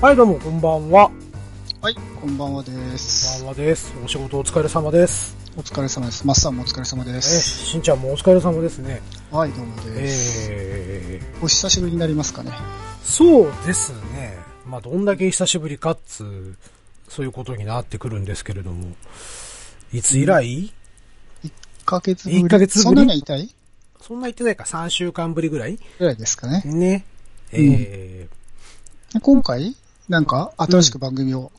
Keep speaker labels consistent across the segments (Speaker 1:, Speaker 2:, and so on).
Speaker 1: はい、どうも、こんばんは。こん
Speaker 2: はい、こんばんはです。
Speaker 1: ばんはです。お仕事お疲れ様です。
Speaker 2: お疲れ様です。マッサンもお疲れ様で
Speaker 1: え、
Speaker 2: す。
Speaker 1: しんちゃんもお疲れ様ですね。
Speaker 2: はい、どうもです。
Speaker 1: えー、
Speaker 2: お久しぶりになりますかね。
Speaker 1: そうですね。まあ、どんだけ久しぶりかっつう、そういうことになってくるんですけれども。いつ以来
Speaker 2: 1ヶ月ぶり。
Speaker 1: 一ヶ月ぶり
Speaker 2: そんなに痛い
Speaker 1: そんな言ってないか、3週間ぶりぐらい
Speaker 2: ぐらいですかね。
Speaker 1: ね。え
Speaker 2: 今回、なんか、新しく番組を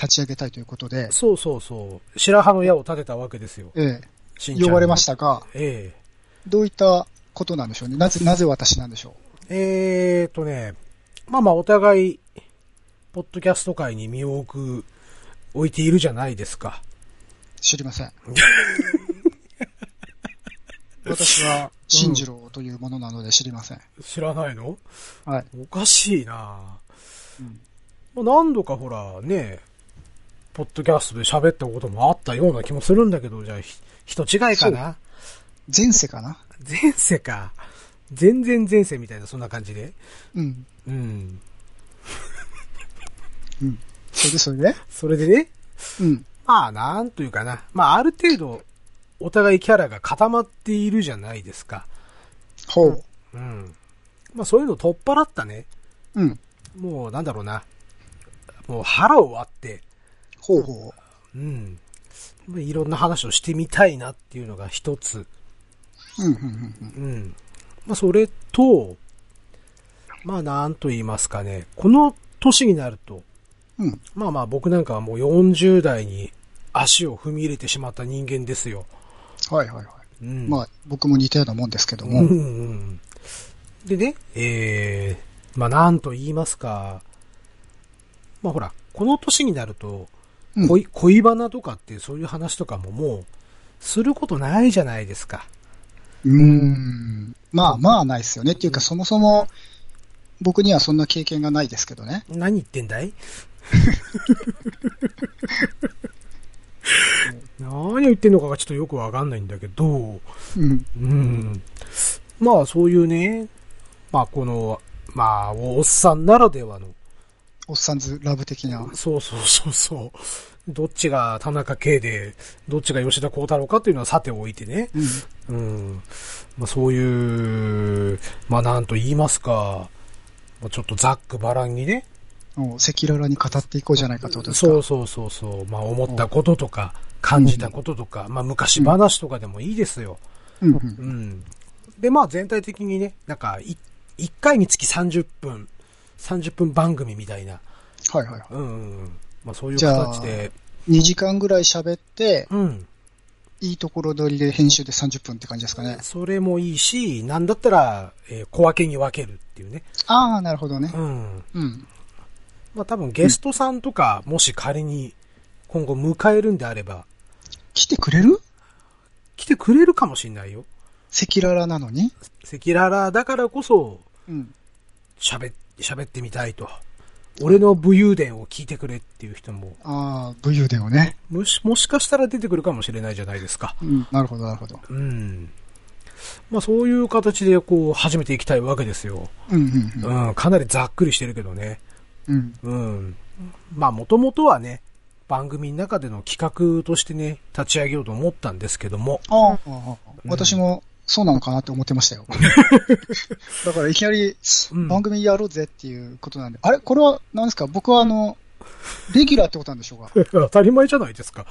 Speaker 2: 立ち上げたいということで
Speaker 1: ー、、そうそうそう。白羽の矢を立てたわけですよ。
Speaker 2: え
Speaker 1: し
Speaker 2: え
Speaker 1: んちゃん
Speaker 2: 呼ばれましたが、
Speaker 1: ええ
Speaker 2: どういったことなんでしょうね。なぜ、なぜ私なんでしょ
Speaker 1: えーとね、まあまあお互い、ポッドキャスト界に身を置く、置いているじゃないですか。
Speaker 2: う。知り ません。私は、新次郎というものなので知りません。
Speaker 1: 知らないの
Speaker 2: はい。
Speaker 1: おかしいな
Speaker 2: うん
Speaker 1: ぁもう何度かほら、ね、ポッドキャストで喋ったこともあったような気もするんだけど、じゃあ、ひ人違いかな
Speaker 2: 前世かな
Speaker 1: 前世か。全然前世みたいな、そんな感じで。
Speaker 2: うん。
Speaker 1: うん。
Speaker 2: それで、それで
Speaker 1: それでね、
Speaker 2: うん。
Speaker 1: まあ、なんというかな。まあ、ある程度、お互いキャラが固まっているじゃないですか。
Speaker 2: ほう。
Speaker 1: うん。まあそういうの取っ払ったね。
Speaker 2: うん。
Speaker 1: もうなんだろうな。もう腹を割って、
Speaker 2: ほうほう。
Speaker 1: うん。まあいろんな話をしてみたいなっていうのが一つ。
Speaker 2: うんうんうんうん
Speaker 1: うん。まあそれと、まあなんと言いますかね。この年になると、
Speaker 2: うん。
Speaker 1: まあまあ僕なんかはもう40代に足を踏み入れてしまった人間ですよ。
Speaker 2: はいはいはい。
Speaker 1: うん。
Speaker 2: まあ、僕も似たようなもんですけど
Speaker 1: うん
Speaker 2: も。
Speaker 1: うんうん。でね、えー、まあなんと言いますか、まあほら、この年になると、
Speaker 2: うん
Speaker 1: 恋恋バナとかっていうそういう話とかももう、することないじゃないですか。
Speaker 2: うーん。まあまあないですよね。っていうか、そもそも、僕にはそんな経験がないですけどね。
Speaker 1: 何言ってんだい 何を言ってんのかがちょっとよくわかんないんだけど、
Speaker 2: うん。
Speaker 1: うん。まあそういうね、まあこの、まあおっさんならではの
Speaker 2: おっさんずラブ的な。
Speaker 1: そうそうそうそう。どっちが田中圭で、どっちが吉田幸太郎かっていうのはさておいてね。
Speaker 2: うん。
Speaker 1: うん。まあそういう、まあなんと言いますか、まあちょっとざっくばらんにね。
Speaker 2: もう赤裸々に語っていこうじゃないかってことですか。
Speaker 1: そうそうそうそう。まあ思ったこととか、感じたこととか、まあ昔話とかでもいいですよ。
Speaker 2: うんうん。
Speaker 1: うん。で、まあ全体的にね、なんかい、1回につき30分、30分番組みたいな。
Speaker 2: はいはいは
Speaker 1: うんうんうん。まあそういう
Speaker 2: じゃあ
Speaker 1: 形で、
Speaker 2: い。2時間ぐらい喋って、
Speaker 1: うん。
Speaker 2: いいところ取りで編集で30分って感じですかね。
Speaker 1: それもいいし、なんだったら、えー小分けに分けるっていうね。
Speaker 2: ああ、なるほどね
Speaker 1: う。ん。
Speaker 2: うん。
Speaker 1: まあ多分ゲストさんとか、もし仮に今後迎えるんであれば、
Speaker 2: 来てくれる
Speaker 1: 来てくれるかもしれないよ。
Speaker 2: 赤裸々なのに
Speaker 1: 赤裸々だからこそ、
Speaker 2: うん。
Speaker 1: 喋、喋ってみたいと。俺の武勇伝を聞いてくれっていう人も、
Speaker 2: ああ、武勇伝をね。
Speaker 1: もし、もしかしたら出てくるかもしれないじゃないですか。
Speaker 2: うん。なるほどなるほど。
Speaker 1: うん。まあそういう形でこう、始めていきたいわけですよ。
Speaker 2: うんうんうん。
Speaker 1: うん、かなりざっくりしてるけどね。
Speaker 2: うん。
Speaker 1: うん。まあ、もともとはね、番組の中での企画としてね、立ち上げようと思ったんですけど も、
Speaker 2: ああ、私もそうなのかなって思って ましたよ。だからいきなり
Speaker 1: うん
Speaker 2: 番組やろうぜっていうことなんで、あれこれは何ですか僕はあの、レギュラーってことなんでしょうか
Speaker 1: 当たり前じゃないですか。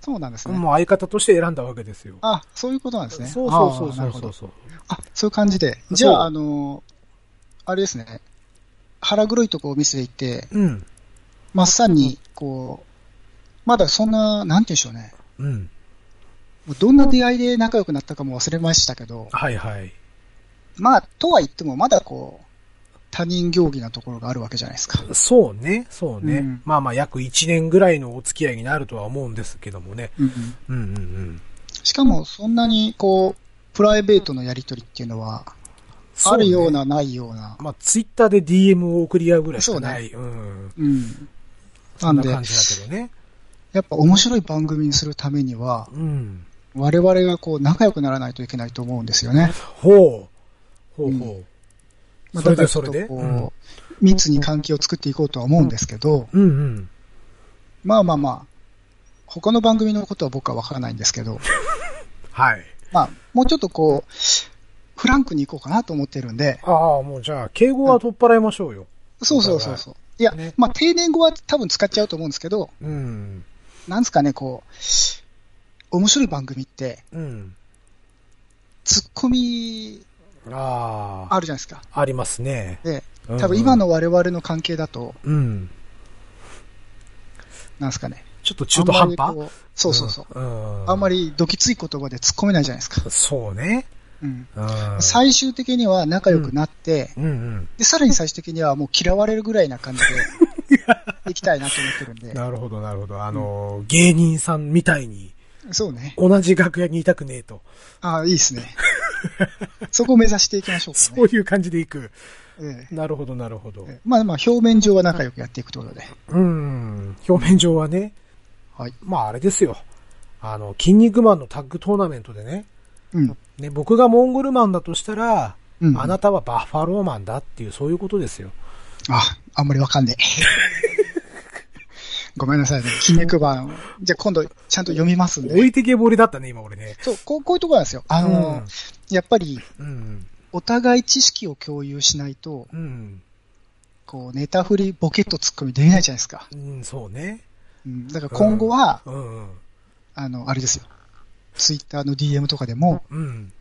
Speaker 2: そうなんですね。
Speaker 1: もう相方として選んだわけですよ。
Speaker 2: あ、そういうことなんですね。
Speaker 1: そうそう
Speaker 2: ああな
Speaker 1: そう
Speaker 2: る
Speaker 1: そ
Speaker 2: ほ
Speaker 1: うそ
Speaker 2: ど
Speaker 1: う。そう。
Speaker 2: あ、そういう感じで。
Speaker 1: う
Speaker 2: じゃあ、あの、あれですね。腹黒いとこお店で行って、
Speaker 1: うん。
Speaker 2: まっさんに、こう、まだそんな、なんて言うんでしょうね。
Speaker 1: うん。
Speaker 2: もうどんな出会いで仲良くなったかも忘れましたけど、
Speaker 1: はいはい。
Speaker 2: まあ、とは言っても、まだこう、他人行儀なところがあるわけじゃないですか。
Speaker 1: そうね、そうね。
Speaker 2: うん
Speaker 1: まあまあ、約1年ぐらいのお付き合いになるとは思うんですけどもね。うんうんうん。
Speaker 2: しかも、そんなに、こう、プライベートのやりとりっていうのは、あるよう
Speaker 1: そね。
Speaker 2: な、ないような。
Speaker 1: まあ、ツイッターで DM を送り合うぐらいしかない。うん。
Speaker 2: うん。
Speaker 1: そ
Speaker 2: なんん
Speaker 1: な
Speaker 2: で、や
Speaker 1: 感じだけどね。
Speaker 2: っぱ面白い番組にするためには、
Speaker 1: うん。
Speaker 2: 我々がこう、仲良くならないといけないと思うんですよね。
Speaker 1: ほう。ほうほう。
Speaker 2: まあ
Speaker 1: それで
Speaker 2: だからちょっと
Speaker 1: それで
Speaker 2: こう
Speaker 1: うん
Speaker 2: 密に関係を作っていこうとは思うんですけど、
Speaker 1: うんうん。
Speaker 2: まあまあまあ、他の番組のことは僕はわからないんですけど、
Speaker 1: はい。
Speaker 2: まあ、もうちょっとこう、フランクに行こうかなと思ってるんで、
Speaker 1: ああ、もうじゃあ、敬語は取っ払いましょうよ。
Speaker 2: そうそうそうそう。いや、
Speaker 1: ね
Speaker 2: まあ、定年後は多分使っちゃうと思うんですけど、
Speaker 1: うん。
Speaker 2: なんですかね、こう、面白い番組って、
Speaker 1: うん。
Speaker 2: ツッコミ
Speaker 1: ああ、
Speaker 2: あるじゃないですか。
Speaker 1: ありますね。
Speaker 2: で、
Speaker 1: うんうん
Speaker 2: 多分今。の我々の関係だと、
Speaker 1: うん。
Speaker 2: なんですかね。
Speaker 1: ちょっと中途半
Speaker 2: あん
Speaker 1: 端
Speaker 2: まりこうそうそうそう。
Speaker 1: うん。
Speaker 2: あんまりどきつい言葉で突っ込めないじゃないですか。
Speaker 1: そうね。
Speaker 2: うん。
Speaker 1: うん。
Speaker 2: 最終的には仲良くなって、
Speaker 1: うんうん。
Speaker 2: で、さらに最終的にはもう嫌われるぐらいな感じで、いき たいなと思ってるんで。
Speaker 1: なるほど、なるほど。あのー、芸人さんみたいに、
Speaker 2: そうね。
Speaker 1: 同じ楽屋にいたくねえと。
Speaker 2: ああ、いいですね。 そこを目指していきましょう
Speaker 1: そ
Speaker 2: かね
Speaker 1: ういう感じでいく。。
Speaker 2: え
Speaker 1: なるほど、なるほど
Speaker 2: え。ええまあまあ、表面上は仲良くやっていくということで。
Speaker 1: うん。表面上はね、
Speaker 2: はい。
Speaker 1: まああれですよ。あの、筋肉マンのタッグトーナメントでね、
Speaker 2: うん。
Speaker 1: ね、僕がモンゴルマンだとしたら、
Speaker 2: うん
Speaker 1: あなたはバッファローマンだっていう、そういうことですよ。
Speaker 2: あ、あんまりわかんねえ。 ごめんなさいね。筋肉版。じゃあ今度、ちゃんと読みますん
Speaker 1: 置
Speaker 2: で。
Speaker 1: いてけぼりだったね、今俺ね。
Speaker 2: そう、こう、こういうところなんですよ。あの、
Speaker 1: うん
Speaker 2: やっぱり、
Speaker 1: うん。
Speaker 2: お互い知識を共有しないと、
Speaker 1: うん。
Speaker 2: こう、ネタ振り、ボケとツッコミできないじゃないですか。
Speaker 1: うん、そうね。
Speaker 2: うん。だから今後は、
Speaker 1: うんうん。
Speaker 2: あの、あれですよ。ツイッターの DM とかでも、
Speaker 1: うん。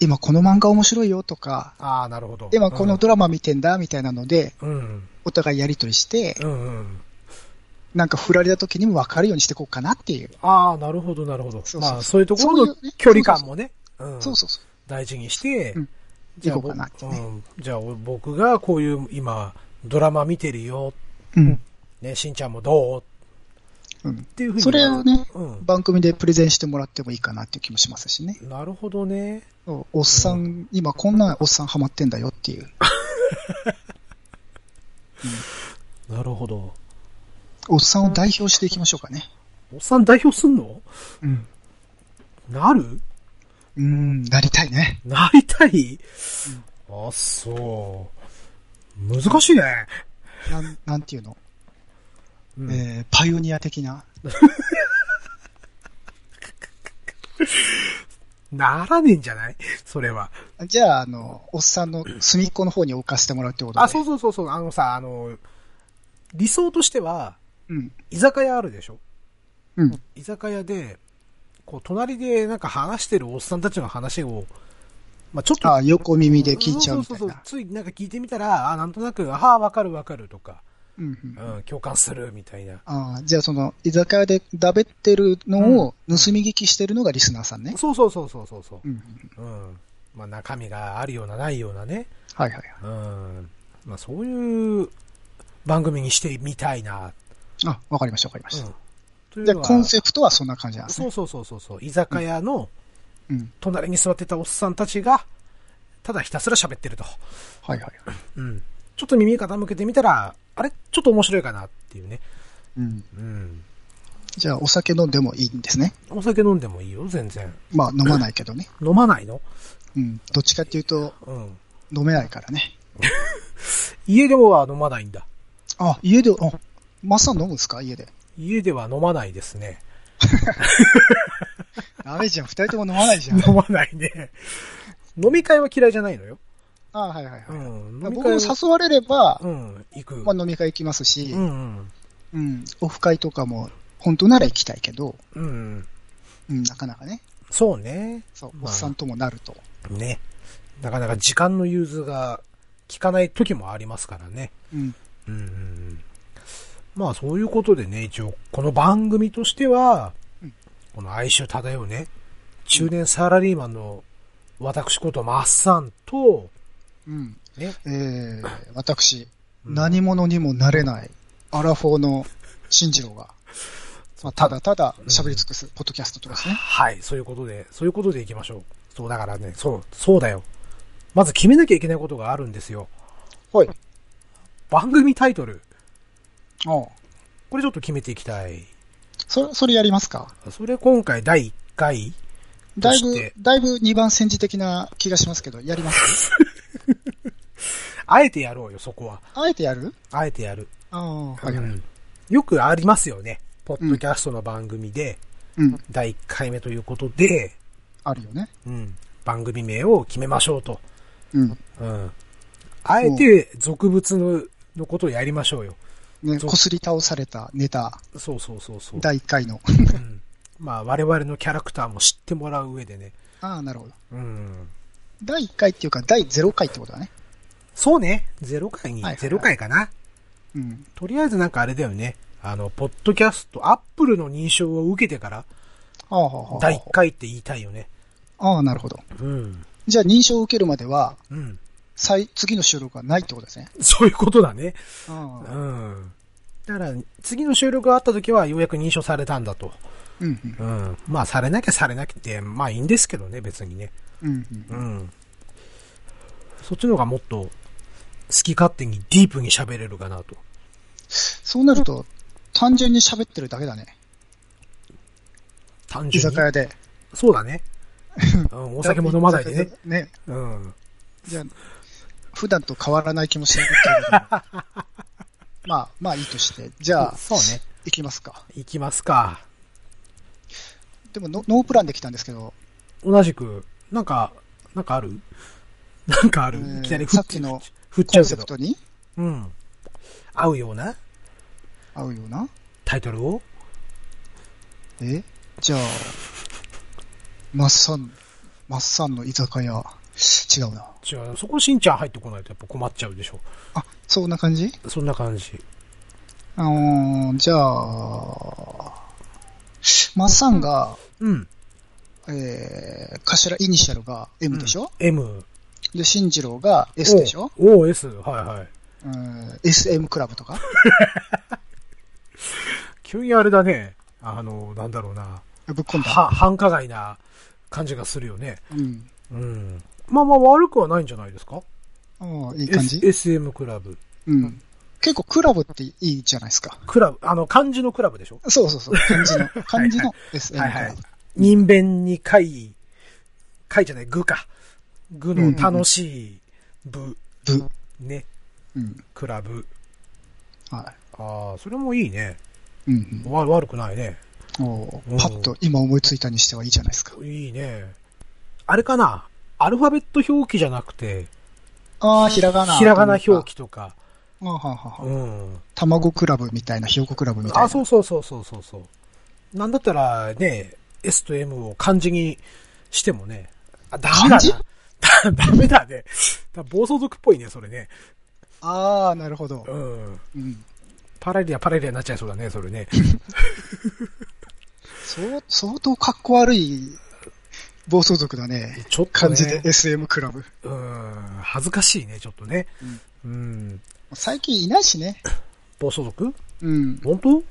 Speaker 2: 今この漫画面白いよとか、
Speaker 1: ああ、なるほど。
Speaker 2: 今このドラマ見てんだみたいなので、
Speaker 1: うん、うん。
Speaker 2: お互いやりとりして、
Speaker 1: うんうん。
Speaker 2: なんか振られた時にもわかるようにしていこうかなっていう。
Speaker 1: ああ、なるほど、なるほど。
Speaker 2: そうそうそう
Speaker 1: まあ、そういうところの
Speaker 2: そういうね
Speaker 1: 距離感もね、うん
Speaker 2: そうそうそう。
Speaker 1: 大事にして、
Speaker 2: うん
Speaker 1: じゃあ
Speaker 2: 行こうかなってね
Speaker 1: うんじゃあ、僕がこういう、今、ドラマ見てるよ、
Speaker 2: うん。
Speaker 1: ね、しんちゃんもどう
Speaker 2: うん。
Speaker 1: っていうふうに。
Speaker 2: それをね
Speaker 1: うん。
Speaker 2: 番組でプレゼンしてもらってもいいかなっていう気もしますしね。
Speaker 1: なるほどね。
Speaker 2: おおっさん、今こんなおっさんハマってんだよっていう。
Speaker 1: なるほど。
Speaker 2: おっさんを代表していきましょうかね。
Speaker 1: おっさん代表すんの
Speaker 2: うん。
Speaker 1: なる
Speaker 2: うん、なりたいね。
Speaker 1: なりたい、あ、そう。難しいね。
Speaker 2: なん、なんていうの、
Speaker 1: うん
Speaker 2: えー、パイオニア的な。
Speaker 1: ならねえんじゃないそれは。
Speaker 2: じゃあ、あの、おっさんの隅っこの方に置かせてもらうってことで。
Speaker 1: あ、そうそうそうそう。あのさ、あの、理想としては、
Speaker 2: うん。
Speaker 1: 居酒屋あるでしょ
Speaker 2: うん。
Speaker 1: 居酒屋で、こう、隣でなんか話してるおっさんたちの話を、まあ、ちょっと
Speaker 2: あ、横耳で聞いちゃうみた
Speaker 1: そ
Speaker 2: い
Speaker 1: そそ
Speaker 2: な。
Speaker 1: ついなんか聞いてみたら、あ、なんとなく、ああ、わかるわかるとか、
Speaker 2: うんうん。
Speaker 1: うん、共感するみたいな。
Speaker 2: あーじゃあ、その、居酒屋でだべってるのを盗み聞きしてるのがリスナーさんね。
Speaker 1: そうそうそうそうそうそ
Speaker 2: うんうん。
Speaker 1: う。うん。まあ中身があるようなないようなね。
Speaker 2: はいはいはい。
Speaker 1: うん。まあそういう番組にしてみたいな。
Speaker 2: あ、わかりましたわかりま
Speaker 1: う
Speaker 2: した。
Speaker 1: ん。とい
Speaker 2: じゃあ、
Speaker 1: のは
Speaker 2: コンセプトはそんな感じなんですね。
Speaker 1: そうそうそうそうそう。居酒屋の
Speaker 2: うん。
Speaker 1: 隣に座ってたおっさんたちが、ただひたすら喋ってると。
Speaker 2: はいはい。
Speaker 1: うん。ちょっと耳傾けてみたら、あれちょっと面白いかなっていうね。
Speaker 2: うん。
Speaker 1: うん。
Speaker 2: じゃあ、お酒飲んでもいいんですね。
Speaker 1: お酒飲んでもいいよ、全然。
Speaker 2: まあ、飲まないけどね。
Speaker 1: 飲まないの
Speaker 2: うん。どっちかっていうと、
Speaker 1: うん。
Speaker 2: 飲めないからね。
Speaker 1: 家では飲まないんだ。
Speaker 2: あ、家で、あ、マッサン飲むんですか家で。
Speaker 1: 家では飲まないですね。
Speaker 2: ダメじゃん。二人とも飲まないじゃん。
Speaker 1: 飲まないね。飲み会は嫌いじゃないのよ。
Speaker 2: あはいはいはい。
Speaker 1: うん。飲み
Speaker 2: 僕
Speaker 1: 会
Speaker 2: も
Speaker 1: は
Speaker 2: 誘われれば、
Speaker 1: うん、行く。
Speaker 2: まあ飲み会行きますし
Speaker 1: う、ん、
Speaker 2: うん。オフ会とかも、本当なら行きたいけど、
Speaker 1: うん。うん。
Speaker 2: うん、なかなかね。
Speaker 1: そうね。
Speaker 2: そう、
Speaker 1: まあ
Speaker 2: おっさんともなると。
Speaker 1: ね。なかなか時間の融通が効かない時もありますからね。
Speaker 2: うん。
Speaker 1: うんうんうん。まあそういうことでね、一応、この番組としては、
Speaker 2: うん
Speaker 1: この哀愁漂うね、中年サラリーマンの私ことマッサンと、
Speaker 2: うん。
Speaker 1: ね、
Speaker 2: えー、私、
Speaker 1: うん
Speaker 2: 何者にもなれない、アラフォーの新次郎が、まあ、ただただ喋り尽くす、ポッドキャストとかですね。
Speaker 1: はい、そういうことで、そういうことでいきましょう。そう、だからね、そう、そうだよ。まず決めなきゃいけないことがあるんですよ。
Speaker 2: はい。
Speaker 1: 番組タイトル。
Speaker 2: おう
Speaker 1: これちょっと決めていきたい。
Speaker 2: そ、それやりますか
Speaker 1: それ今回第1回。
Speaker 2: だい
Speaker 1: そして
Speaker 2: ぶ、だいぶ2番戦時的な気がしますけど、やります
Speaker 1: あえてやろうよ、そこは。
Speaker 2: あえてやる
Speaker 1: あえてやる。
Speaker 2: ああ、はいはい。
Speaker 1: うんよくありますよね。ポッドキャストの番組で、
Speaker 2: うん、
Speaker 1: 第1回目ということで、
Speaker 2: あるよね。
Speaker 1: うん、番組名を決めましょうと。
Speaker 2: うん。
Speaker 1: うん。あえて、俗物の、のことをやりましょうよ。
Speaker 2: ね、
Speaker 1: そう
Speaker 2: こすり倒されたネタ、
Speaker 1: そうそうそうそう。
Speaker 2: 第1回の。
Speaker 1: うんまあ、我々のキャラクターも知ってもらう上でね。
Speaker 2: ああ、なるほど。
Speaker 1: うん。
Speaker 2: 第1回っていうか、第0回ってことだね。
Speaker 1: そうね。ゼロ回に、
Speaker 2: はいはいはい
Speaker 1: ゼロ回かな。
Speaker 2: うん。
Speaker 1: とりあえずなんかあれだよね。あの、ポッドキャスト、アップルの認証を受けてから、
Speaker 2: ああ、はあは
Speaker 1: 第
Speaker 2: あ
Speaker 1: 1回って言いたいよね。
Speaker 2: ああ、なるほど。
Speaker 1: うん。
Speaker 2: じゃあ、認証を受けるまでは、
Speaker 1: うん。
Speaker 2: 再、次の収録はないってことですね。
Speaker 1: そういうことだね。
Speaker 2: あ
Speaker 1: う
Speaker 2: あ。
Speaker 1: ん。だから、次の収録があった時は、ようやく認証されたんだと。
Speaker 2: うん、うん
Speaker 1: うん。まあ、されなきゃされなきゃって、まあいいんですけどね、別にね。
Speaker 2: うん、う。
Speaker 1: うんん。そっちの方がもっと、好き勝手にディープに喋れるかなと。
Speaker 2: そうなると、単純に喋ってるだけだね。
Speaker 1: 単
Speaker 2: 居
Speaker 1: 純に
Speaker 2: 酒。屋で。
Speaker 1: そうだ ね。うん、お酒も飲まないでね。。
Speaker 2: ね。
Speaker 1: うん。
Speaker 2: じゃあ、普段と変わらない気もしない けれども。まあ、まあいいとして。じゃあ、
Speaker 1: そうね。
Speaker 2: いきますか。
Speaker 1: 行きますか。
Speaker 2: でもノ、ノープランで来たんですけど、
Speaker 1: 同じく、なんか、なんかあるなんかある
Speaker 2: えー
Speaker 1: いきなり振
Speaker 2: さ
Speaker 1: っ
Speaker 2: っきの
Speaker 1: 振っち
Speaker 2: コ
Speaker 1: ゃう
Speaker 2: ン
Speaker 1: け
Speaker 2: セ
Speaker 1: ど
Speaker 2: プ。トに
Speaker 1: うん。合うような
Speaker 2: 合うような。
Speaker 1: タイトルを
Speaker 2: えじゃあ、マッサン、マッサンの居酒屋。違うな。
Speaker 1: 違う。そこしんちゃん入ってこないとやっぱ困っちゃうでしょ。
Speaker 2: あ、そんな感じ
Speaker 1: そんな感じ。
Speaker 2: あのー、じゃあ、マッサンが、
Speaker 1: うん。
Speaker 2: えー、頭、イニシャルが M でしょ、
Speaker 1: M。
Speaker 2: で、新次郎が S でしょ
Speaker 1: おうおう ?S。はいはい。
Speaker 2: うん ?SM クラブと か
Speaker 1: 急にあれだね。あの、なんだろうな。
Speaker 2: ぶっ込んだ。
Speaker 1: は、繁華街な感じがするよね。
Speaker 2: うん。
Speaker 1: うん。まあまあ悪くはないんじゃないですか
Speaker 2: ああ、いい感じ、
Speaker 1: S、?SM クラブ。
Speaker 2: うん。結構クラブっていいじゃないですか。
Speaker 1: クラブ、あの、漢字のクラブでしょ
Speaker 2: そうそうそう。漢 字の、漢字の SM ク
Speaker 1: は
Speaker 2: ラ
Speaker 1: い
Speaker 2: ブ。
Speaker 1: はい。人弁に貝、貝じゃない、具か。具の楽しい部、
Speaker 2: ぶ。
Speaker 1: ね、
Speaker 2: うん。
Speaker 1: クラブ。
Speaker 2: は
Speaker 1: ああ、それもいいね。
Speaker 2: い。うん、
Speaker 1: わ悪くないね。
Speaker 2: うん。お
Speaker 1: お
Speaker 2: ー
Speaker 1: ー
Speaker 2: パッと今思いついたにしてはいいじゃないですか。
Speaker 1: いいね。あれかなアルファベット表記じゃなくて、
Speaker 2: ああ、ひらがな。
Speaker 1: ひらがな
Speaker 2: と思っ
Speaker 1: 表記とか。
Speaker 2: た。ああ、はあはあ
Speaker 1: う
Speaker 2: はあ。
Speaker 1: ん。
Speaker 2: 卵クラブみたいな、ひよこクラブみたいな。
Speaker 1: あ、そうそうそうそうそうそう。なんだったらね、S と M を漢字にしてもね、あ、ダメ
Speaker 2: 漢
Speaker 1: だ
Speaker 2: 字
Speaker 1: な。 ダメだね。だ暴走族っぽいね、それね。
Speaker 2: ああ、なるほど。
Speaker 1: うん。
Speaker 2: うん。
Speaker 1: パラリア、パラリアになっちゃいそうだね、それ ね。
Speaker 2: そう、相当格好悪い暴走族だね。
Speaker 1: ちょっと、
Speaker 2: 漢
Speaker 1: ね、
Speaker 2: 字で SM クラブ。
Speaker 1: うん。恥ずかしいね、ちょっとね。うん。
Speaker 2: 最近いないしね。
Speaker 1: 暴走族
Speaker 2: うん。
Speaker 1: 本当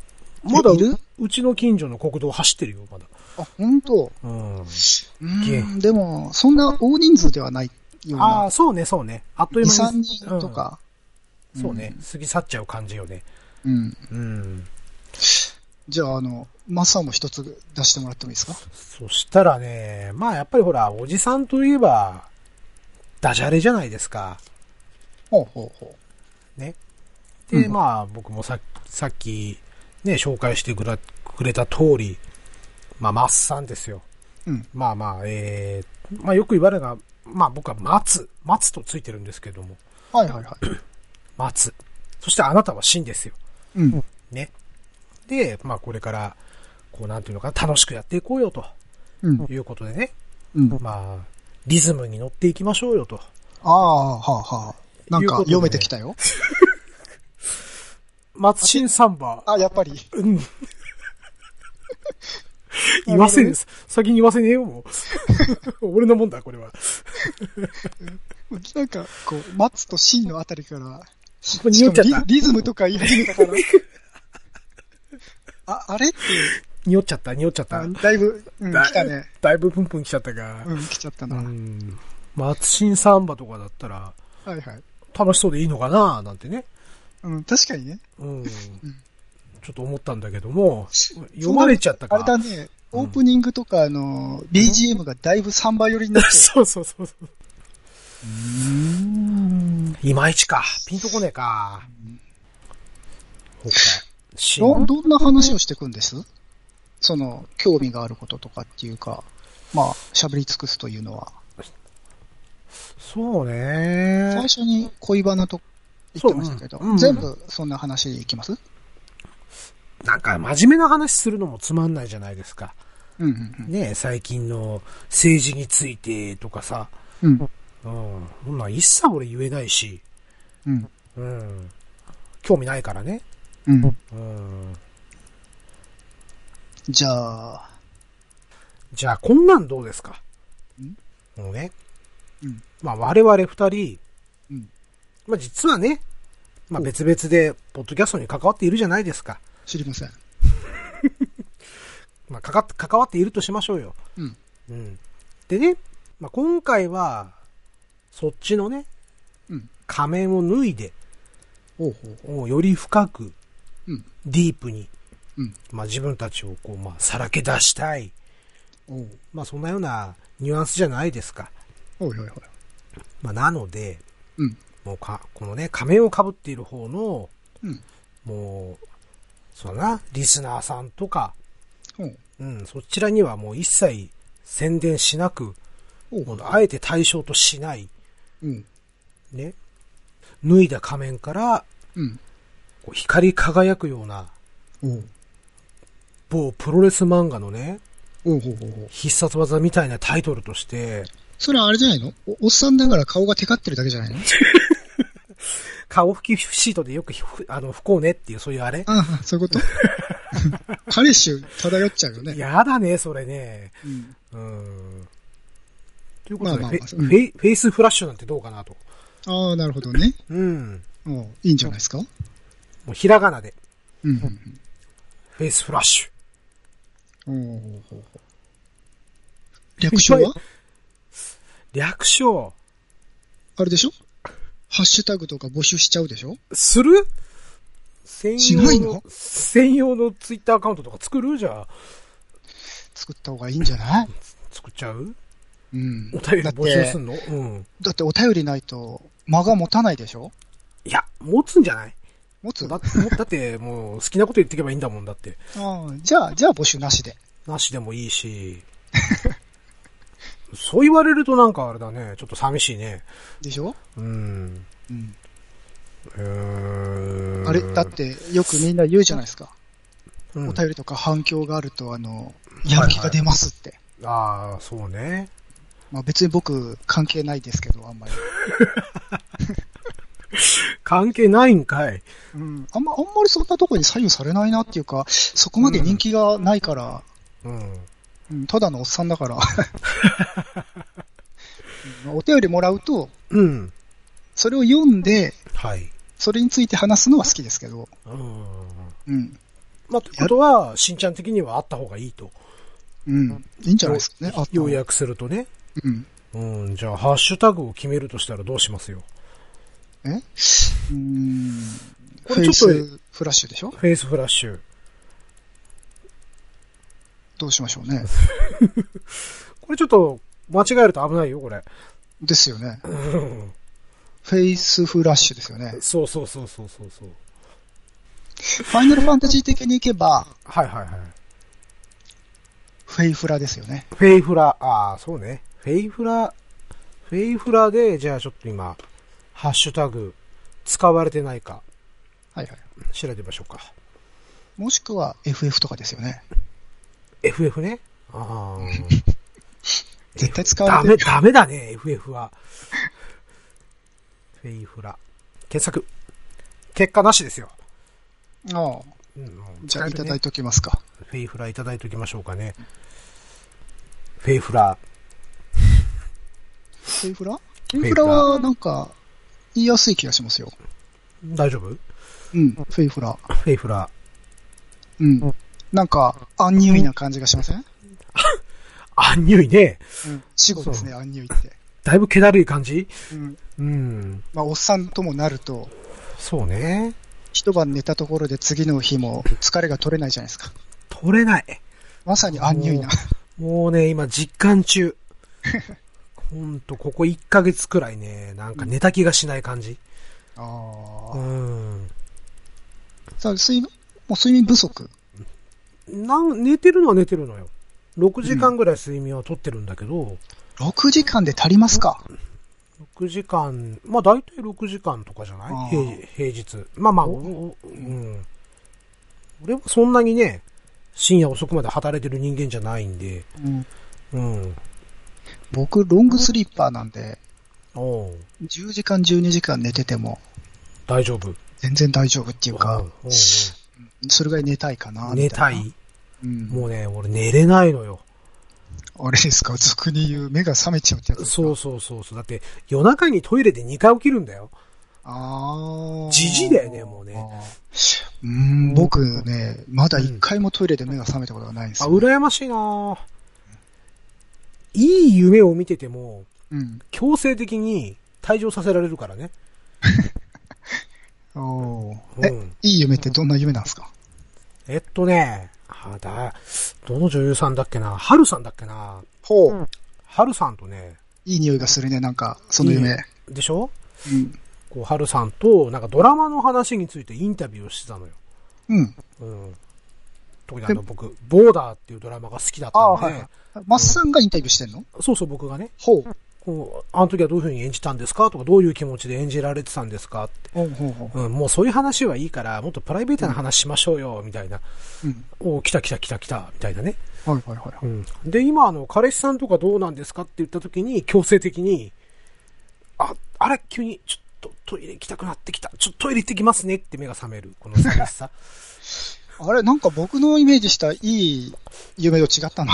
Speaker 1: まだ
Speaker 2: いる
Speaker 1: う、うちの近所の国道走ってるよ、まだ。
Speaker 2: あ、本当。
Speaker 1: うん。
Speaker 2: うーん、でも、そんな大人数ではないよう
Speaker 1: あ
Speaker 2: な
Speaker 1: あ、。そうね、そうね。あっという
Speaker 2: 2、
Speaker 1: 間
Speaker 2: 3
Speaker 1: に。
Speaker 2: 人とか。
Speaker 1: うん。そうね。過ぎ去っちゃう感じよね。
Speaker 2: うん。
Speaker 1: うん。
Speaker 2: じゃあ、あの、マサも一つ出してもらってもいいですか
Speaker 1: そしたらね、まあやっぱりほら、おじさんといえば、ダジャレじゃないですか。
Speaker 2: ほうほうほ
Speaker 1: ね。で、
Speaker 2: うん
Speaker 1: まあ僕もささっき、ね、紹介してくらくれた通り、まあ、マッサンですよ。
Speaker 2: う。うん。
Speaker 1: まあまあ、えー、まあよく言われるのが、まあ僕は待つ、待つとついてるんですけども、
Speaker 2: はいはいはい。
Speaker 1: 待つ。そしてあなたは真ですよ。
Speaker 2: うん。
Speaker 1: ね。で、まあこれから、こうなんていうのかな、楽しくやっていこうよと
Speaker 2: うん。
Speaker 1: いうことでね、
Speaker 2: うん。
Speaker 1: まあ、リズムに乗っていきましょうよと。
Speaker 2: ああ、はあはあ。なんか
Speaker 1: いうことで
Speaker 2: 読めてきたよ。
Speaker 1: 松新サンバ。
Speaker 2: あ、やっぱり。
Speaker 1: うん。言わせねえ、先に言わせねえよ、もう。 俺のもんだ、これは。
Speaker 2: なんか、こう、松と真のあたりから、し
Speaker 1: こに匂っちゃった
Speaker 2: かもリリズムとか言い始めたから。あ、あれって、
Speaker 1: 匂っちゃった、匂っちゃった
Speaker 2: あ。だいぶ、うん、
Speaker 1: だ
Speaker 2: 来たね。
Speaker 1: だいぶプンプン来ちゃったが。
Speaker 2: うん、来ちゃったな。
Speaker 1: う
Speaker 2: は
Speaker 1: ん。松新サンバとかだったら、
Speaker 2: いはい。
Speaker 1: 楽しそうでいいのかな、なんてね。
Speaker 2: うん、確かにね。
Speaker 1: うん。ちょっと思ったんだけども、
Speaker 2: そう
Speaker 1: 読まれちゃった
Speaker 2: あれ
Speaker 1: か
Speaker 2: だ。ね、オープニングとか、あの、BGM がだいぶ3倍寄りになって、
Speaker 1: そうそうそうそう。
Speaker 2: うん。
Speaker 1: いまいちか。ピンとこねえか。他。し
Speaker 2: ど、どんな話をしていくんですその、興味があることとかっていうか、まあ、喋り尽くすというのは。
Speaker 1: そう
Speaker 2: 最
Speaker 1: ね。
Speaker 2: 初に恋バナと言ってましたけど
Speaker 1: そううんう、ん
Speaker 2: 全部そんな話いきます
Speaker 1: なんか真面目な話するのもつまんないじゃないですか。
Speaker 2: うんうん
Speaker 1: ねえ最近の政治についてとかさ。
Speaker 2: うん。うん。
Speaker 1: うん。そんなん一切俺言えないし。
Speaker 2: うん。
Speaker 1: うん。興味ないからね。
Speaker 2: うん。
Speaker 1: うん。
Speaker 2: じゃあ、
Speaker 1: じゃあ、こんなんどうですかもうね。
Speaker 2: うん
Speaker 1: まあ、我々二人、
Speaker 2: うん
Speaker 1: まあ、実はね、まあ、別々で、ポッドキャストに関わっているじゃないですか。
Speaker 2: 知りません。
Speaker 1: まあ、かかっ関わっているとしましょうよ。
Speaker 2: うん。
Speaker 1: うん。でね、まあ、今回は、そっちのね、
Speaker 2: うん
Speaker 1: 仮面を脱いで、
Speaker 2: ほうほうほ
Speaker 1: もうより深く、
Speaker 2: う。うん。
Speaker 1: ディープに、
Speaker 2: うん。
Speaker 1: まあ、自分たちをこう、まあ、さらけ出したい。
Speaker 2: おう。
Speaker 1: まあ、そんなようなニュアンスじゃないですか。
Speaker 2: おいおいおい。
Speaker 1: まあ、なので、
Speaker 2: うん。
Speaker 1: もうか、このね、仮面をかぶっている方の、
Speaker 2: うん。
Speaker 1: もう、そうだな、リスナーさんとか、
Speaker 2: おう。
Speaker 1: うん、そちらにはもう一切宣伝しなく、
Speaker 2: お
Speaker 1: もう
Speaker 2: う。
Speaker 1: あえて対象としない、
Speaker 2: うん。
Speaker 1: ね、脱いだ仮面から、
Speaker 2: うん。
Speaker 1: こう光り輝くような、
Speaker 2: おう。
Speaker 1: 某プロレス漫画のね、
Speaker 2: おうほうほうほう。
Speaker 1: 必殺技みたいなタイトルとして、
Speaker 2: それはあれじゃないのおおっさんだから顔がテカってるだけじゃ ないの
Speaker 1: 顔拭きシートでよくひあの拭こうねっていう、そういうあれ
Speaker 2: ああ、そういう こと。彼氏漂っちゃうよ ね。
Speaker 1: やだね、それね。
Speaker 2: うん。
Speaker 1: うん。ということで、
Speaker 2: まあまあまあ
Speaker 1: フェ
Speaker 2: うん
Speaker 1: フェイフェイスフラッシュなんてどうかなと。
Speaker 2: ああ、なるほどね。
Speaker 1: うん。
Speaker 2: おういいんじゃないですか
Speaker 1: もうひらがなで、
Speaker 2: うんうん
Speaker 1: フェイスフラッシュ。
Speaker 2: うん。おうほうほうほう。略称は
Speaker 1: 略称、
Speaker 2: あれでしょハッシュタグとか募集しちゃうでしょ
Speaker 1: する専
Speaker 2: し
Speaker 1: 用
Speaker 2: ない
Speaker 1: の
Speaker 2: の
Speaker 1: 専用のツイッターアカウントとか作るじゃあ、
Speaker 2: 作った方がいいんじゃない
Speaker 1: 作っちゃう
Speaker 2: うん。
Speaker 1: お便り
Speaker 2: だっ
Speaker 1: 募集
Speaker 2: て
Speaker 1: す、んのうん。
Speaker 2: だってお便りないと間が持たないでしょ
Speaker 1: いや、持つんじゃない
Speaker 2: 持つ
Speaker 1: だ
Speaker 2: あ
Speaker 1: って、もうだってもう好きなこと言ってけばいいんだもんだって。
Speaker 2: あじゃあ、じゃあ募集なしで。
Speaker 1: なしでもいい し。そう言われるとなんかあれだね。ちょっと寂しいね。
Speaker 2: でしょ
Speaker 1: うん。
Speaker 2: うん。
Speaker 1: うーん
Speaker 2: あれだってよくみんな言うじゃないですか。
Speaker 1: うん
Speaker 2: お便りとか反響があると、あの、やる気が出ますって。
Speaker 1: ああ、そうね。
Speaker 2: まあ別に僕関係ないですけど、あんまり。
Speaker 1: 関係ないんかい。
Speaker 2: うん。あんま、あんまりそんなとこに左右されないなっていうか、そこまで人気がないから、
Speaker 1: うん。
Speaker 2: うん、ただのおっさんだから。 うんお便りもらうと、
Speaker 1: うん。
Speaker 2: それを読んで、
Speaker 1: はい。
Speaker 2: それについて話すのは好きですけど、
Speaker 1: うん。
Speaker 2: うん。
Speaker 1: まあ、ということは、しんちゃん的にはあった方がいいと。
Speaker 2: うん。いいんじゃないですかね。あ
Speaker 1: 要約するとね。
Speaker 2: うん。
Speaker 1: うん、じゃあ、ハッシュタグを決めるとしたらどうしますよ。
Speaker 2: えうーん。
Speaker 1: こ
Speaker 2: フェ
Speaker 1: れ
Speaker 2: イ
Speaker 1: ちょっと
Speaker 2: スフラッシュでしょ
Speaker 1: フェイスフラッシュ。
Speaker 2: どうしましょうね。
Speaker 1: これちょっと、間違えると危ないよ、これ。
Speaker 2: ですよね。
Speaker 1: うん
Speaker 2: フェイスフラッシュですよね。
Speaker 1: そうそうそうそうそうそう。
Speaker 2: ファイナルファンタジー的にいけば、
Speaker 1: はいはいはい。
Speaker 2: フェイフラですよね。
Speaker 1: フェイフラ、ああ、そうね。フェイフラ、フェイフラで、じゃあちょっと今、ハッシュタグ、使われてないか、
Speaker 2: はいはい。
Speaker 1: 調べましょうか。
Speaker 2: もしくは FF とかですよね。
Speaker 1: FF ね。ああ。
Speaker 2: 絶対使
Speaker 1: ダ
Speaker 2: われ
Speaker 1: メ、
Speaker 2: てる。
Speaker 1: ダメだね、FF は。 フェイフラ。検索。結果なしですよ。
Speaker 2: ああ。
Speaker 1: うんうん
Speaker 2: じゃあいただい
Speaker 1: ね
Speaker 2: ておきますか。
Speaker 1: フェイフラいただいておきましょうかね。フェイフラ。
Speaker 2: フェイフラフ
Speaker 1: ェイフラ
Speaker 2: ェイフラはなんか、言いやすい気がしますよ。
Speaker 1: 大丈夫フ
Speaker 2: うん。フェイフラ。
Speaker 1: ェイフラ。
Speaker 2: うん。なんか、アンニュイな感じがしません
Speaker 1: あんにゅいね。
Speaker 2: うん。死後ですね、アンニュイって。
Speaker 1: だいぶ気だるい感じ
Speaker 2: うん。
Speaker 1: うん。
Speaker 2: まあ、おっさんともなると、
Speaker 1: そうね。
Speaker 2: 一晩寝たところで次の日も疲れが取れないじゃないですか。
Speaker 1: 取れない。
Speaker 2: まさにアンニュイな。
Speaker 1: もうね、今実感中。ほんと、ここ1ヶ月くらいね、なんか寝た気がしない感じ。
Speaker 2: あ
Speaker 1: う
Speaker 2: あ。
Speaker 1: ん。
Speaker 2: さあ、睡眠、もう睡眠不足。
Speaker 1: なん、寝てるのは寝てるのよ。6時間ぐらい睡眠は取ってるんだけど、
Speaker 2: 6時間で足りますか
Speaker 1: 6時間、まあ大体6時間とかじゃ
Speaker 2: あ
Speaker 1: ない
Speaker 2: あ
Speaker 1: 平平日。まあまあ、
Speaker 2: お
Speaker 1: おおうん。俺はそんなにね、深夜遅くまで働いてる人間じゃないんで、
Speaker 2: うん。
Speaker 1: うん。
Speaker 2: 僕、ロングスリッパーなんで、
Speaker 1: おう
Speaker 2: 10時間、12時間寝てても、
Speaker 1: 大丈夫。
Speaker 2: 全然大丈夫っていう
Speaker 1: お
Speaker 2: か
Speaker 1: う、おう
Speaker 2: それぐらい寝たいかな
Speaker 1: おう寝た
Speaker 2: み
Speaker 1: い
Speaker 2: なうん。
Speaker 1: もうね、俺寝れないのよ。
Speaker 2: あれですか、俗に言う、目が覚めちゃうってやつですか
Speaker 1: そうそうそうそう。だって、夜中にトイレで2回起きるんだよ。
Speaker 2: ああ。
Speaker 1: じじいだよねもうね
Speaker 2: あー。うーん、僕ね、まだ一回もトイレで目が覚めたことがないんです
Speaker 1: あ、
Speaker 2: よ。
Speaker 1: 羨ましいなぁいい夢を見てても、
Speaker 2: うん。
Speaker 1: 強制的に退場させられるからね。
Speaker 2: お
Speaker 1: う
Speaker 2: ーえ、
Speaker 1: ん。
Speaker 2: いい夢ってどんな夢なんですか
Speaker 1: えっとね、あだ、どの女優さんだっけな春さんだっけな
Speaker 2: ほう
Speaker 1: 春さんとね、
Speaker 2: いい匂いがするね、なんか、その
Speaker 1: いい
Speaker 2: 夢。
Speaker 1: でしょ
Speaker 2: うん。
Speaker 1: こう、春さんと、なんかドラマの話についてインタビューをしてたのよ。
Speaker 2: うん。
Speaker 1: うん。特にあの、僕、ボーダーっていうドラマが好きだった
Speaker 2: ああ
Speaker 1: の
Speaker 2: ー、
Speaker 1: で、
Speaker 2: はい。マッサンがインタビューしてんの
Speaker 1: そうそう僕がね、
Speaker 2: ほう。
Speaker 1: こう、あの時はどういう風に演じたんですかとか、どういう気持ちで演じられてたんですかって。
Speaker 2: ほうほうほ
Speaker 1: うん、もうそういう話はいいから、もっとプライベートな話しましょうよ、みたいな。
Speaker 2: う。うん。
Speaker 1: おう来た来た来た来た、みたいなね。
Speaker 2: はいはいはい。
Speaker 1: うん。で、今、あの、彼氏さんとかどうなんですかって言った時に、強制的に、あ、あれ、急に、ちょっとトイレ行きたくなってきた。ちょっとトイレ行ってきますねって目が覚める。この寂しさ。
Speaker 2: あれ、なんか僕のイメージしたいい夢と違った な。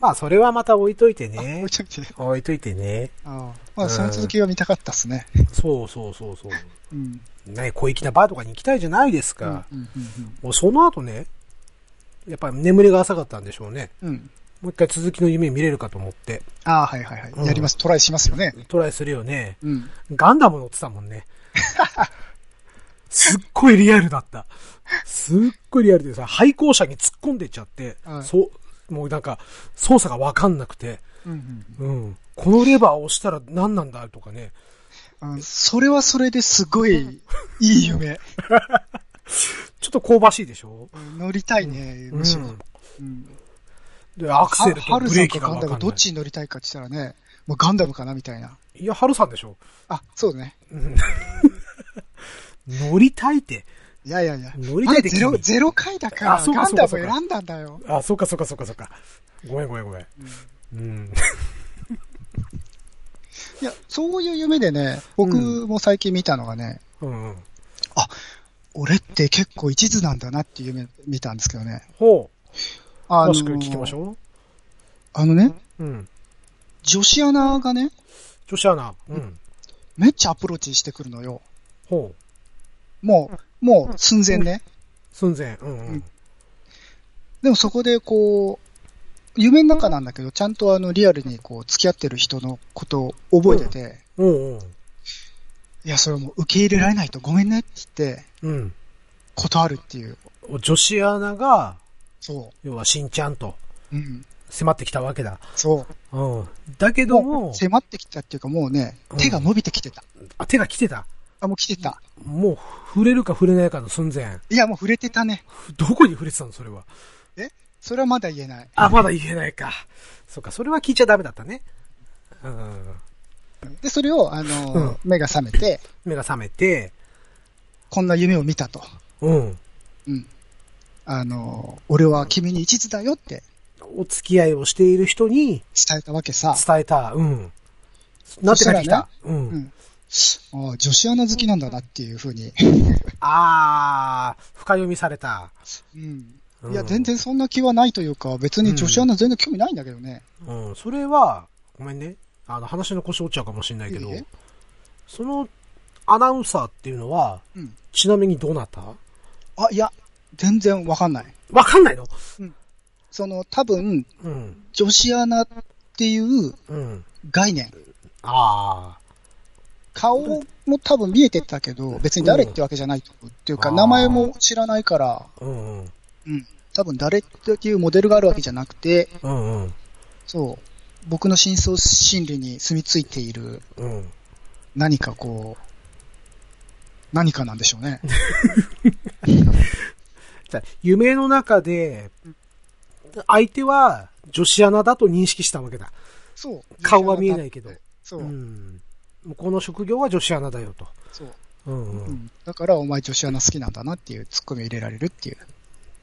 Speaker 1: まあ、それはまた置いといてね
Speaker 2: め。ちゃくちゃ。
Speaker 1: 置いといてね。
Speaker 2: ああ。まあ、その続きが見たかったっすね。
Speaker 1: そうそうそうそう。
Speaker 2: うん。
Speaker 1: ね、小粋なバーとかに行きたいじゃないです
Speaker 2: うん。う
Speaker 1: か。
Speaker 2: ん。
Speaker 1: もうその後ね、やっぱり眠りが浅かったんでしょうね。
Speaker 2: うんうん。
Speaker 1: もう一回続きの夢見れるかと思って、
Speaker 2: ああ、はいはいはい。やります。トライしますよね。
Speaker 1: トライするよね。
Speaker 2: うん。
Speaker 1: ガンダム乗ってたもんね。すっごいリアルだった。すっごいリアルでさ、廃校車に突っ込んでっちゃって、
Speaker 2: はい
Speaker 1: そう、もうなんか、操作がわかんなくて、
Speaker 2: うん
Speaker 1: うん。このレバーを押したら何なんだとかね。
Speaker 2: うんうん。それはそれですごいいい夢。
Speaker 1: ちょっと香ばしいでしょ
Speaker 2: 乗りたいね、むしろ。うん。
Speaker 1: で、アクセルと
Speaker 2: ハル
Speaker 1: ブ
Speaker 2: さ
Speaker 1: レ
Speaker 2: ん
Speaker 1: ーキ
Speaker 2: と
Speaker 1: が
Speaker 2: ガ
Speaker 1: わ
Speaker 2: ン
Speaker 1: か
Speaker 2: ダ
Speaker 1: んない。
Speaker 2: ムどっちに乗りたいかって言ったらね、もうガンダムかなみたいな。
Speaker 1: いや、ハルさんでしょ
Speaker 2: あ、そうね。
Speaker 1: 乗りたいって。
Speaker 2: いやいやいや。
Speaker 1: 乗り
Speaker 2: ま
Speaker 1: たい
Speaker 2: だ
Speaker 1: って
Speaker 2: ゼロ、ゼロ回だから、
Speaker 1: あそうか
Speaker 2: ガン
Speaker 1: そうか
Speaker 2: ダム
Speaker 1: そうか
Speaker 2: 選んだんだよ。
Speaker 1: あ、そうかそうかそうかそうか。ごめんごめんごめん。うん。
Speaker 2: いや、そういう夢でね、僕
Speaker 1: う
Speaker 2: も最近見たのがね、
Speaker 1: うんうん。
Speaker 2: 俺って結構一途なんだなっていう夢見たんですけどね。
Speaker 1: ほう。
Speaker 2: あ
Speaker 1: 詳しく聞きまし
Speaker 2: う。
Speaker 1: ょ
Speaker 2: あのね、
Speaker 1: う。うん。
Speaker 2: 女子アナがね、
Speaker 1: 女子アナ。うん。
Speaker 2: めっちゃアプローチしてくるのよ。
Speaker 1: ほう。
Speaker 2: もう、もう寸前ね。
Speaker 1: 寸前。うんう
Speaker 2: うんん。でもそこでこう、夢の中なんだけど、ちゃんとあの、リアルにこう、付き合ってる人のことを覚えてて、
Speaker 1: うんうん。
Speaker 2: いや、それもう受け入れられないとごめんねって言って、
Speaker 1: うん。
Speaker 2: 断るっていう。
Speaker 1: 女子アナが、
Speaker 2: そ
Speaker 1: 要はしんちゃんと
Speaker 2: う。うん。
Speaker 1: 迫ってきたわけだ。
Speaker 2: そ
Speaker 1: うん。だけ
Speaker 2: う。
Speaker 1: ど
Speaker 2: も
Speaker 1: も
Speaker 2: う、迫ってきたっていうかもうね
Speaker 1: うん、
Speaker 2: 手が伸びてきてた。
Speaker 1: あ、手が来てた。
Speaker 2: あ、もう来てた。
Speaker 1: もう、触れるか触れないかの寸前。
Speaker 2: いや、もう触れてたね。
Speaker 1: どこに触れてたのそれは。
Speaker 2: それはまだ言えない。
Speaker 1: あ、まだ言えないか。そっか、それは聞いちゃダメだったね。うん。
Speaker 2: で、それを、あ
Speaker 1: うん
Speaker 2: の、目が覚めて、
Speaker 1: 目が覚めて、
Speaker 2: こんな夢を見たと。
Speaker 1: うん。
Speaker 2: うん。あの、俺は君に一途だよって
Speaker 1: お付き合いをしている人に
Speaker 2: 伝えたわけさ。
Speaker 1: 伝えた。うん。なって帰ってきた。うん。
Speaker 2: うんああ、女子アナ好きなんだなっていうふうに。
Speaker 1: あー、深読みされた。
Speaker 2: うん。
Speaker 1: うん
Speaker 2: いや、全然そんな気はないというか、別に女子アナ全然興味ないんだけどね。
Speaker 1: うん、それは、ごめんね。あの、話の腰折っちゃうかもしれないけど
Speaker 2: いいえ、
Speaker 1: そのアナウンサーっていうのは、
Speaker 2: うん。
Speaker 1: ちなみにどなた
Speaker 2: あ、いや、全然わかんない。
Speaker 1: わかんないの
Speaker 2: その、多分、
Speaker 1: うん、
Speaker 2: 女子アナっていう
Speaker 1: うん。
Speaker 2: 概念。
Speaker 1: あ
Speaker 2: 顔も多分見えてたけど、別に誰ってわけじゃないとっていう
Speaker 1: あ
Speaker 2: か、
Speaker 1: ー
Speaker 2: 名前も知らないから、
Speaker 1: ー、うん、うん、
Speaker 2: うん。多分誰っていうモデルがあるわけじゃなくて、
Speaker 1: うん、うん。
Speaker 2: そう。僕の深層心理に住み着いている
Speaker 1: うん。
Speaker 2: 何かこう、何かなんでしょ うね。
Speaker 1: じゃあ夢の中で、相手は女子アナだと認識したわけだ。
Speaker 2: そう。
Speaker 1: 顔は見えないけど。
Speaker 2: そう、
Speaker 1: うん。向こうの職業は女子アナだよと。
Speaker 2: そう、
Speaker 1: うんうん
Speaker 2: うん。だからお前女子アナ好きなんだなっていうツッコミを入れられるっていう。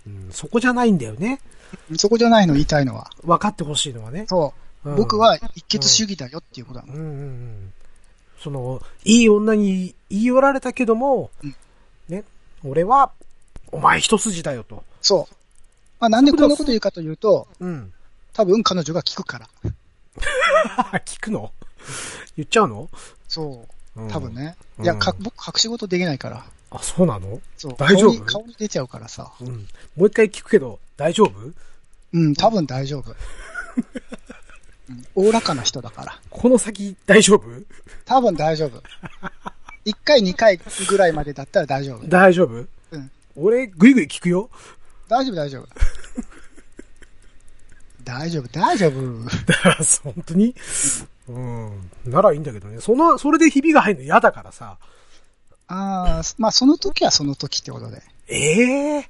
Speaker 1: うんそこじゃないんだよね。
Speaker 2: そこじゃないの言いたいのは。
Speaker 1: 分かってほしいのはね。
Speaker 2: そうう。
Speaker 1: ん
Speaker 2: 僕、は一血主義だよっていうことな
Speaker 1: う
Speaker 2: の
Speaker 1: ん。うんうん。その、いい女に言い寄られたけども、
Speaker 2: うん
Speaker 1: ね、俺は、お前一筋だよと。
Speaker 2: そう。まあなんでこんなこと言うかというと、
Speaker 1: うん。
Speaker 2: 多分彼女が聞くから。
Speaker 1: 聞くの言っちゃうの
Speaker 2: そう。多分
Speaker 1: ね。
Speaker 2: ね。
Speaker 1: うん
Speaker 2: いや、か、僕隠し事できないから。
Speaker 1: あ、そうなの
Speaker 2: そう。
Speaker 1: 大丈夫
Speaker 2: 顔に顔に出ちゃうからさ。
Speaker 1: うん。もう一回聞くけど、大丈夫
Speaker 2: うん、多分大丈夫。うんおおらかな人だから。
Speaker 1: この先大丈夫
Speaker 2: 多分大丈夫。一回、二回ぐらいまでだったら大丈夫。
Speaker 1: 大丈夫
Speaker 2: うん。
Speaker 1: 俺、ぐいぐい聞くよ。
Speaker 2: 大丈夫、大丈夫。大丈夫、大丈夫。
Speaker 1: あそう本当にうん。ならいいんだけどね。その、それでひびが入るの嫌だからさ。
Speaker 2: ああ、まあその時はその時ってことで。
Speaker 1: ええ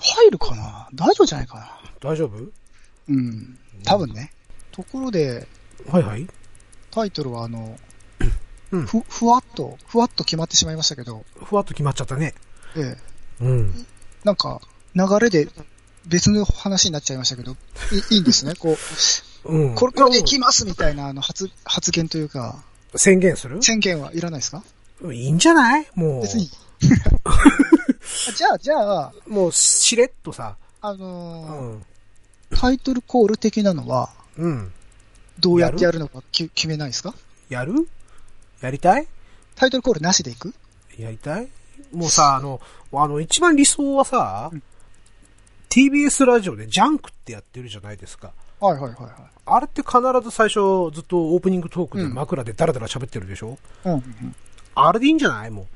Speaker 2: 入るかな大丈夫じゃないかな
Speaker 1: 大丈夫
Speaker 2: うん。多分ね。ところで、
Speaker 1: はいはい。
Speaker 2: タイトルはあの、
Speaker 1: うん
Speaker 2: ふ、ふわっと、ふわっと決まってしまいましたけど、
Speaker 1: ふわっと決まっちゃったね。
Speaker 2: ええ、
Speaker 1: うん。
Speaker 2: なんか、流れで別の話になっちゃいましたけど、いいいんですね。こう、
Speaker 1: うん。
Speaker 2: これ、これでいきますみたいな、あの、発、発言というか、
Speaker 1: 宣言する
Speaker 2: 宣言はいらないですか
Speaker 1: いいんじゃないもう。
Speaker 2: 別に。あ じゃあ、じゃあ、
Speaker 1: もう、しれっとさ。
Speaker 2: あ
Speaker 1: う
Speaker 2: のー
Speaker 1: ん。
Speaker 2: タイトルコール的なのは、
Speaker 1: うん。
Speaker 2: どうやってやるのかき決めないですか
Speaker 1: やるやりたい
Speaker 2: タイトルコールなしでいく
Speaker 1: やりたいもうさ、あの、あの、一番理想はさ、TBS ラジオでジャンクってやってるじゃないですか。
Speaker 2: はいはいはいは
Speaker 1: あれって必ず最初ずっとオープニングトークで枕でダラダラ喋ってるでしょ、
Speaker 2: い。うんうんうん。
Speaker 1: あれでいいんじゃないも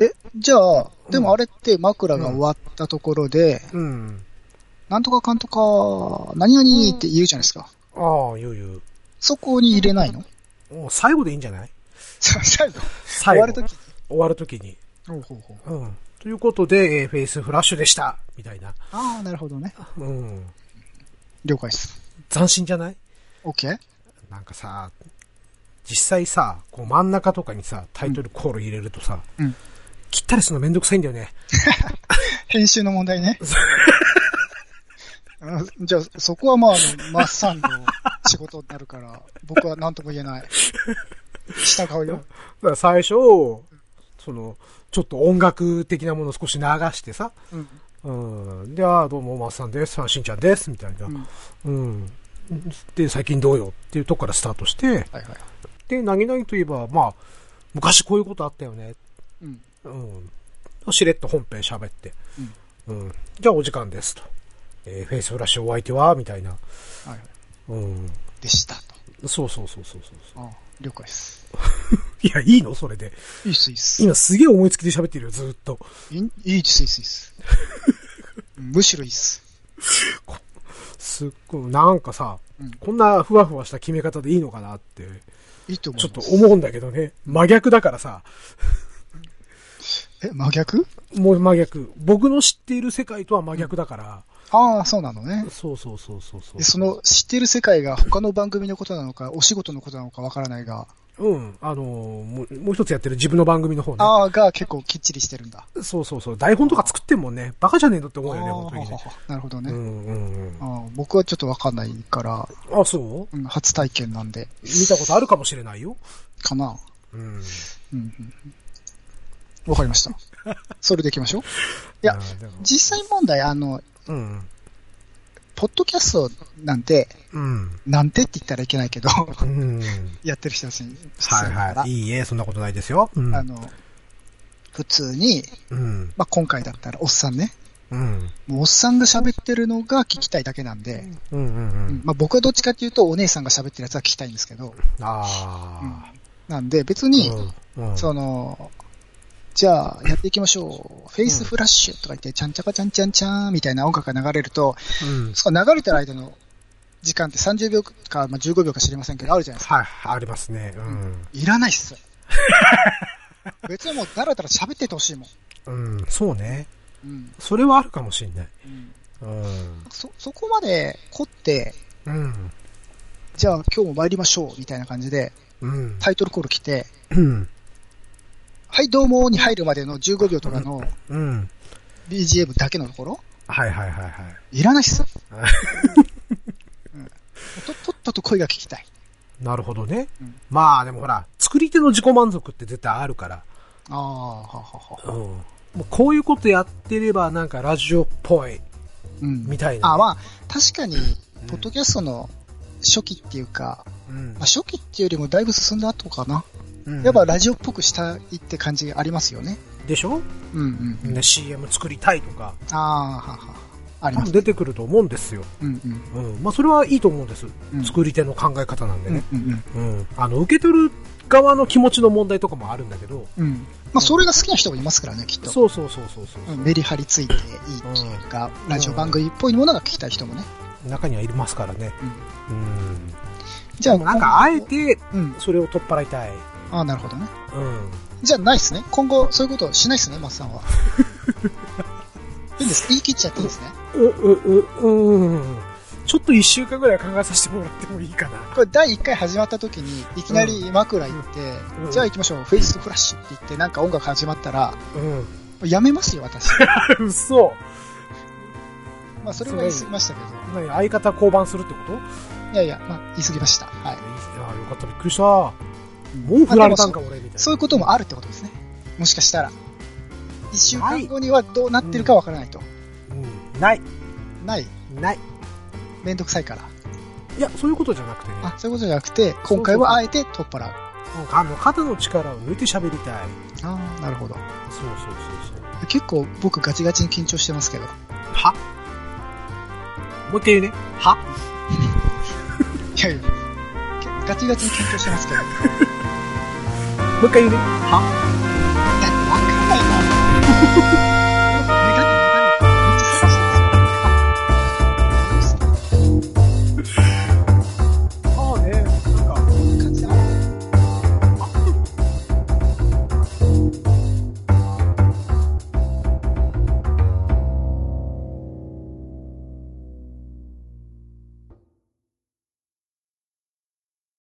Speaker 2: え、じゃあ、でもあれって枕が終わったところで、
Speaker 1: う。うん。
Speaker 2: なんとかかんとか、何々って言うじゃないですか。
Speaker 1: ああ、余裕。
Speaker 2: そこに入れないの
Speaker 1: もう最後でいいんじゃない
Speaker 2: 最後
Speaker 1: 最
Speaker 2: 終
Speaker 1: 後。
Speaker 2: わるとき。
Speaker 1: 終わるときに。
Speaker 2: ほうほうほう
Speaker 1: うん。ということで、えーフェイスフラッシュでした。みたいな。
Speaker 2: ああ、なるほどね。
Speaker 1: うん。
Speaker 2: 了解です。
Speaker 1: 斬新じゃない
Speaker 2: OK?
Speaker 1: なんかさ、実際さ、こう真ん中とかにさ、タイトルコール入れるとさ、
Speaker 2: うん
Speaker 1: 切ったりするのめんどくさいんだよね。
Speaker 2: 編集の問題 ね。あじゃあ、そこはまあ、あのマッサンの仕事になるから、僕は何とも言えない。従うよ。
Speaker 1: だから最初、その、ちょっと音楽的なものを少し流してさ、
Speaker 2: うん。
Speaker 1: うん。で、ああ、どうも、マスさんです。あしんちゃんです。みたいな。
Speaker 2: うん
Speaker 1: うん。で、最近どうよっていうとこからスタートして、
Speaker 2: はいはい。
Speaker 1: で、なぎなぎといえば、まあ、昔こういうことあったよね。
Speaker 2: うん。
Speaker 1: うん。しれっと本編喋って、うん。じゃあお時間ですと。えーフェイスフラッシュお相手はみたいな。
Speaker 2: はいはい。
Speaker 1: うん。
Speaker 2: でしたと。
Speaker 1: そうそうそうそうそう。
Speaker 2: ああ了解です。
Speaker 1: いや、いいのそれで。
Speaker 2: いいっす、いいっす。
Speaker 1: 今すげえ思いつきで喋ってるよ、ずーっと。
Speaker 2: いいいいっす、いいっす、いいっす。むしろいいっす。
Speaker 1: すっごい、なんかさ、
Speaker 2: うん
Speaker 1: こんなふわふわした決め方でいいのかなって、
Speaker 2: いいと思い
Speaker 1: ちょ
Speaker 2: ま
Speaker 1: っ
Speaker 2: す。
Speaker 1: と思うんだけどね。真逆だからさ。
Speaker 2: え、真逆
Speaker 1: もう真逆。僕の知っている世界とは真逆だから。
Speaker 2: ああ、そうなのね。
Speaker 1: そうそうそうそうそう。
Speaker 2: で、その、知ってる世界が他の番組のことなのか、お仕事のことなのかわからないが、
Speaker 1: うん。あのーもう、もう一つやってる自分の番組の方ね。
Speaker 2: ああ、が結構きっちりしてるんだ。
Speaker 1: そうそうそう。台本とか作ってんもんね。バカじゃねえのって思うよね、
Speaker 2: あー
Speaker 1: 本当にね。
Speaker 2: なるほど
Speaker 1: う
Speaker 2: ね。
Speaker 1: んうんうん。
Speaker 2: あー僕はちょっとわかんないから、
Speaker 1: あ、そう
Speaker 2: うん、初体験なんで、
Speaker 1: 見たことあるかもしれないよ。
Speaker 2: かな。
Speaker 1: うん。
Speaker 2: うんうんうん。わかりました。 それでいきましょう。いや
Speaker 1: あー、でも
Speaker 2: 実際問題、あの、
Speaker 1: うん。
Speaker 2: ポッドキャストなんて、
Speaker 1: うん。
Speaker 2: なんてって言ったらいけないけど、
Speaker 1: うん。
Speaker 2: やってる人たちに失
Speaker 1: は
Speaker 2: 礼だ
Speaker 1: い
Speaker 2: から、
Speaker 1: はい。いいえ、そんなことないですよ。うん。
Speaker 2: あの、普通に、
Speaker 1: うん。
Speaker 2: まあ、今回だったらおっさんね、
Speaker 1: うん。
Speaker 2: もうおっさんが喋ってるのが聞きたいだけなんで、
Speaker 1: うんうんうん。
Speaker 2: まあ、僕はどっちかっていうとお姉さんが喋ってるやつは聞きたいんですけど、
Speaker 1: ああ。
Speaker 2: なんで別に、
Speaker 1: うん。うん
Speaker 2: その、じゃあ、やっていきましょう。フェイスフラッシュとか言って、ちゃんちゃかちゃんちゃんちゃんみたいな音楽が流れると、
Speaker 1: うん。
Speaker 2: その流れてる間の時間って30秒か、まあ、15秒か知りませんけど、あるじゃないですか。
Speaker 1: はい、ありますね。うん。
Speaker 2: いらない っす。別にもうだらだら喋っててほしいもん。
Speaker 1: うん、そうね。
Speaker 2: うん。
Speaker 1: それはあるかもしれない。
Speaker 2: うん、
Speaker 1: うん。
Speaker 2: そ、そこまで凝って、
Speaker 1: うん。
Speaker 2: じゃあ今日も参りましょう、みたいな感じで、
Speaker 1: うん。
Speaker 2: タイトルコール来て、
Speaker 1: うん。
Speaker 2: はい、どうもに入るまでの15秒とかの
Speaker 1: うん。
Speaker 2: BGM だけのところ
Speaker 1: はいはいはいはい。
Speaker 2: いらないっす。
Speaker 1: あ
Speaker 2: うんととっとと声が聞きたい。
Speaker 1: なるほどね。
Speaker 2: うん
Speaker 1: まあでもほら、作り手の自己満足って絶対あるから。
Speaker 2: ああ、ははは。
Speaker 1: うん。もうこういうことやってればなんかラジオっぽい
Speaker 2: うん。
Speaker 1: みたいな。
Speaker 2: あまあ、確かに、
Speaker 1: うん
Speaker 2: ポッドキャストの初期っていうか、
Speaker 1: うん
Speaker 2: まあ、。初期っていうよりもだいぶ進んだ後かな。
Speaker 1: うん
Speaker 2: やっぱラジオっぽくしたいって感じありますよね。
Speaker 1: でしょ、
Speaker 2: うんうん。
Speaker 1: ね ?CM 作りたいとか、
Speaker 2: ああ、はは。あり
Speaker 1: 多
Speaker 2: ま
Speaker 1: 分
Speaker 2: す。
Speaker 1: 出てくると思うんですよ。
Speaker 2: うんうん。
Speaker 1: うん。まあそれはいいと思うんです。
Speaker 2: うん
Speaker 1: 作り手の考え方なんで
Speaker 2: うん
Speaker 1: ね。
Speaker 2: うん
Speaker 1: うん。あの、受け取る側の気持ちの問題とかもあるんだけど、
Speaker 2: うん。うん。まあ、それが好きな人もいますからね、きっと。
Speaker 1: そうそうそうそうそう。
Speaker 2: うんメリハリついていいっていうか、ラジオ番組っぽいものが聞きたい人もね。
Speaker 1: 中にはいますからね。
Speaker 2: うん。
Speaker 1: うん。
Speaker 2: じゃあ、
Speaker 1: なんかあえて、
Speaker 2: うん。
Speaker 1: それを取っ払いたい。
Speaker 2: ああ、なるほどね。
Speaker 1: うん。
Speaker 2: じゃあないっすね。今後、そういうことしないっすね、マスさんは。いいんです。言い切っちゃっていいですね。
Speaker 1: う、う、う、うん。ちょっと一週間ぐらい考えさせてもらってもいいかな。
Speaker 2: これ第1回始まった時に、いきなり枕行って、
Speaker 1: うん
Speaker 2: じゃあ行きましょう、フェイスフラッシュって言って、なんか音楽始まったら、も
Speaker 1: う
Speaker 2: うやめますよ、私。
Speaker 1: ん。嘘。
Speaker 2: まあ、それは言い過ぎましたけど。
Speaker 1: 何相方降板するってことい
Speaker 2: いやいや、まあ、言い過ぎました。は
Speaker 1: や
Speaker 2: い。
Speaker 1: よかった、びっくりした。もう振られたんか、俺、みたいな。
Speaker 2: そういうこともあるってことですね。もしかしたら。1週間後にはどうなってるかわからないと。
Speaker 1: うん。ない。
Speaker 2: ない。
Speaker 1: ない。
Speaker 2: めんどくさいから。
Speaker 1: いや、そういうことじゃなくてね。
Speaker 2: あ、そういうことじゃなくて、今回はあえて取っ払う。
Speaker 1: うんあの、肩の力を抜いて喋りたい。
Speaker 2: ああ、なるほど。
Speaker 1: そうそうそうそう。
Speaker 2: 結構僕ガチガチに緊張してますけど。
Speaker 1: はもう一回言うね。はい
Speaker 2: やいや、ガチガチに緊張してますけど。わ
Speaker 1: もう一回言うね。は
Speaker 2: かんないな。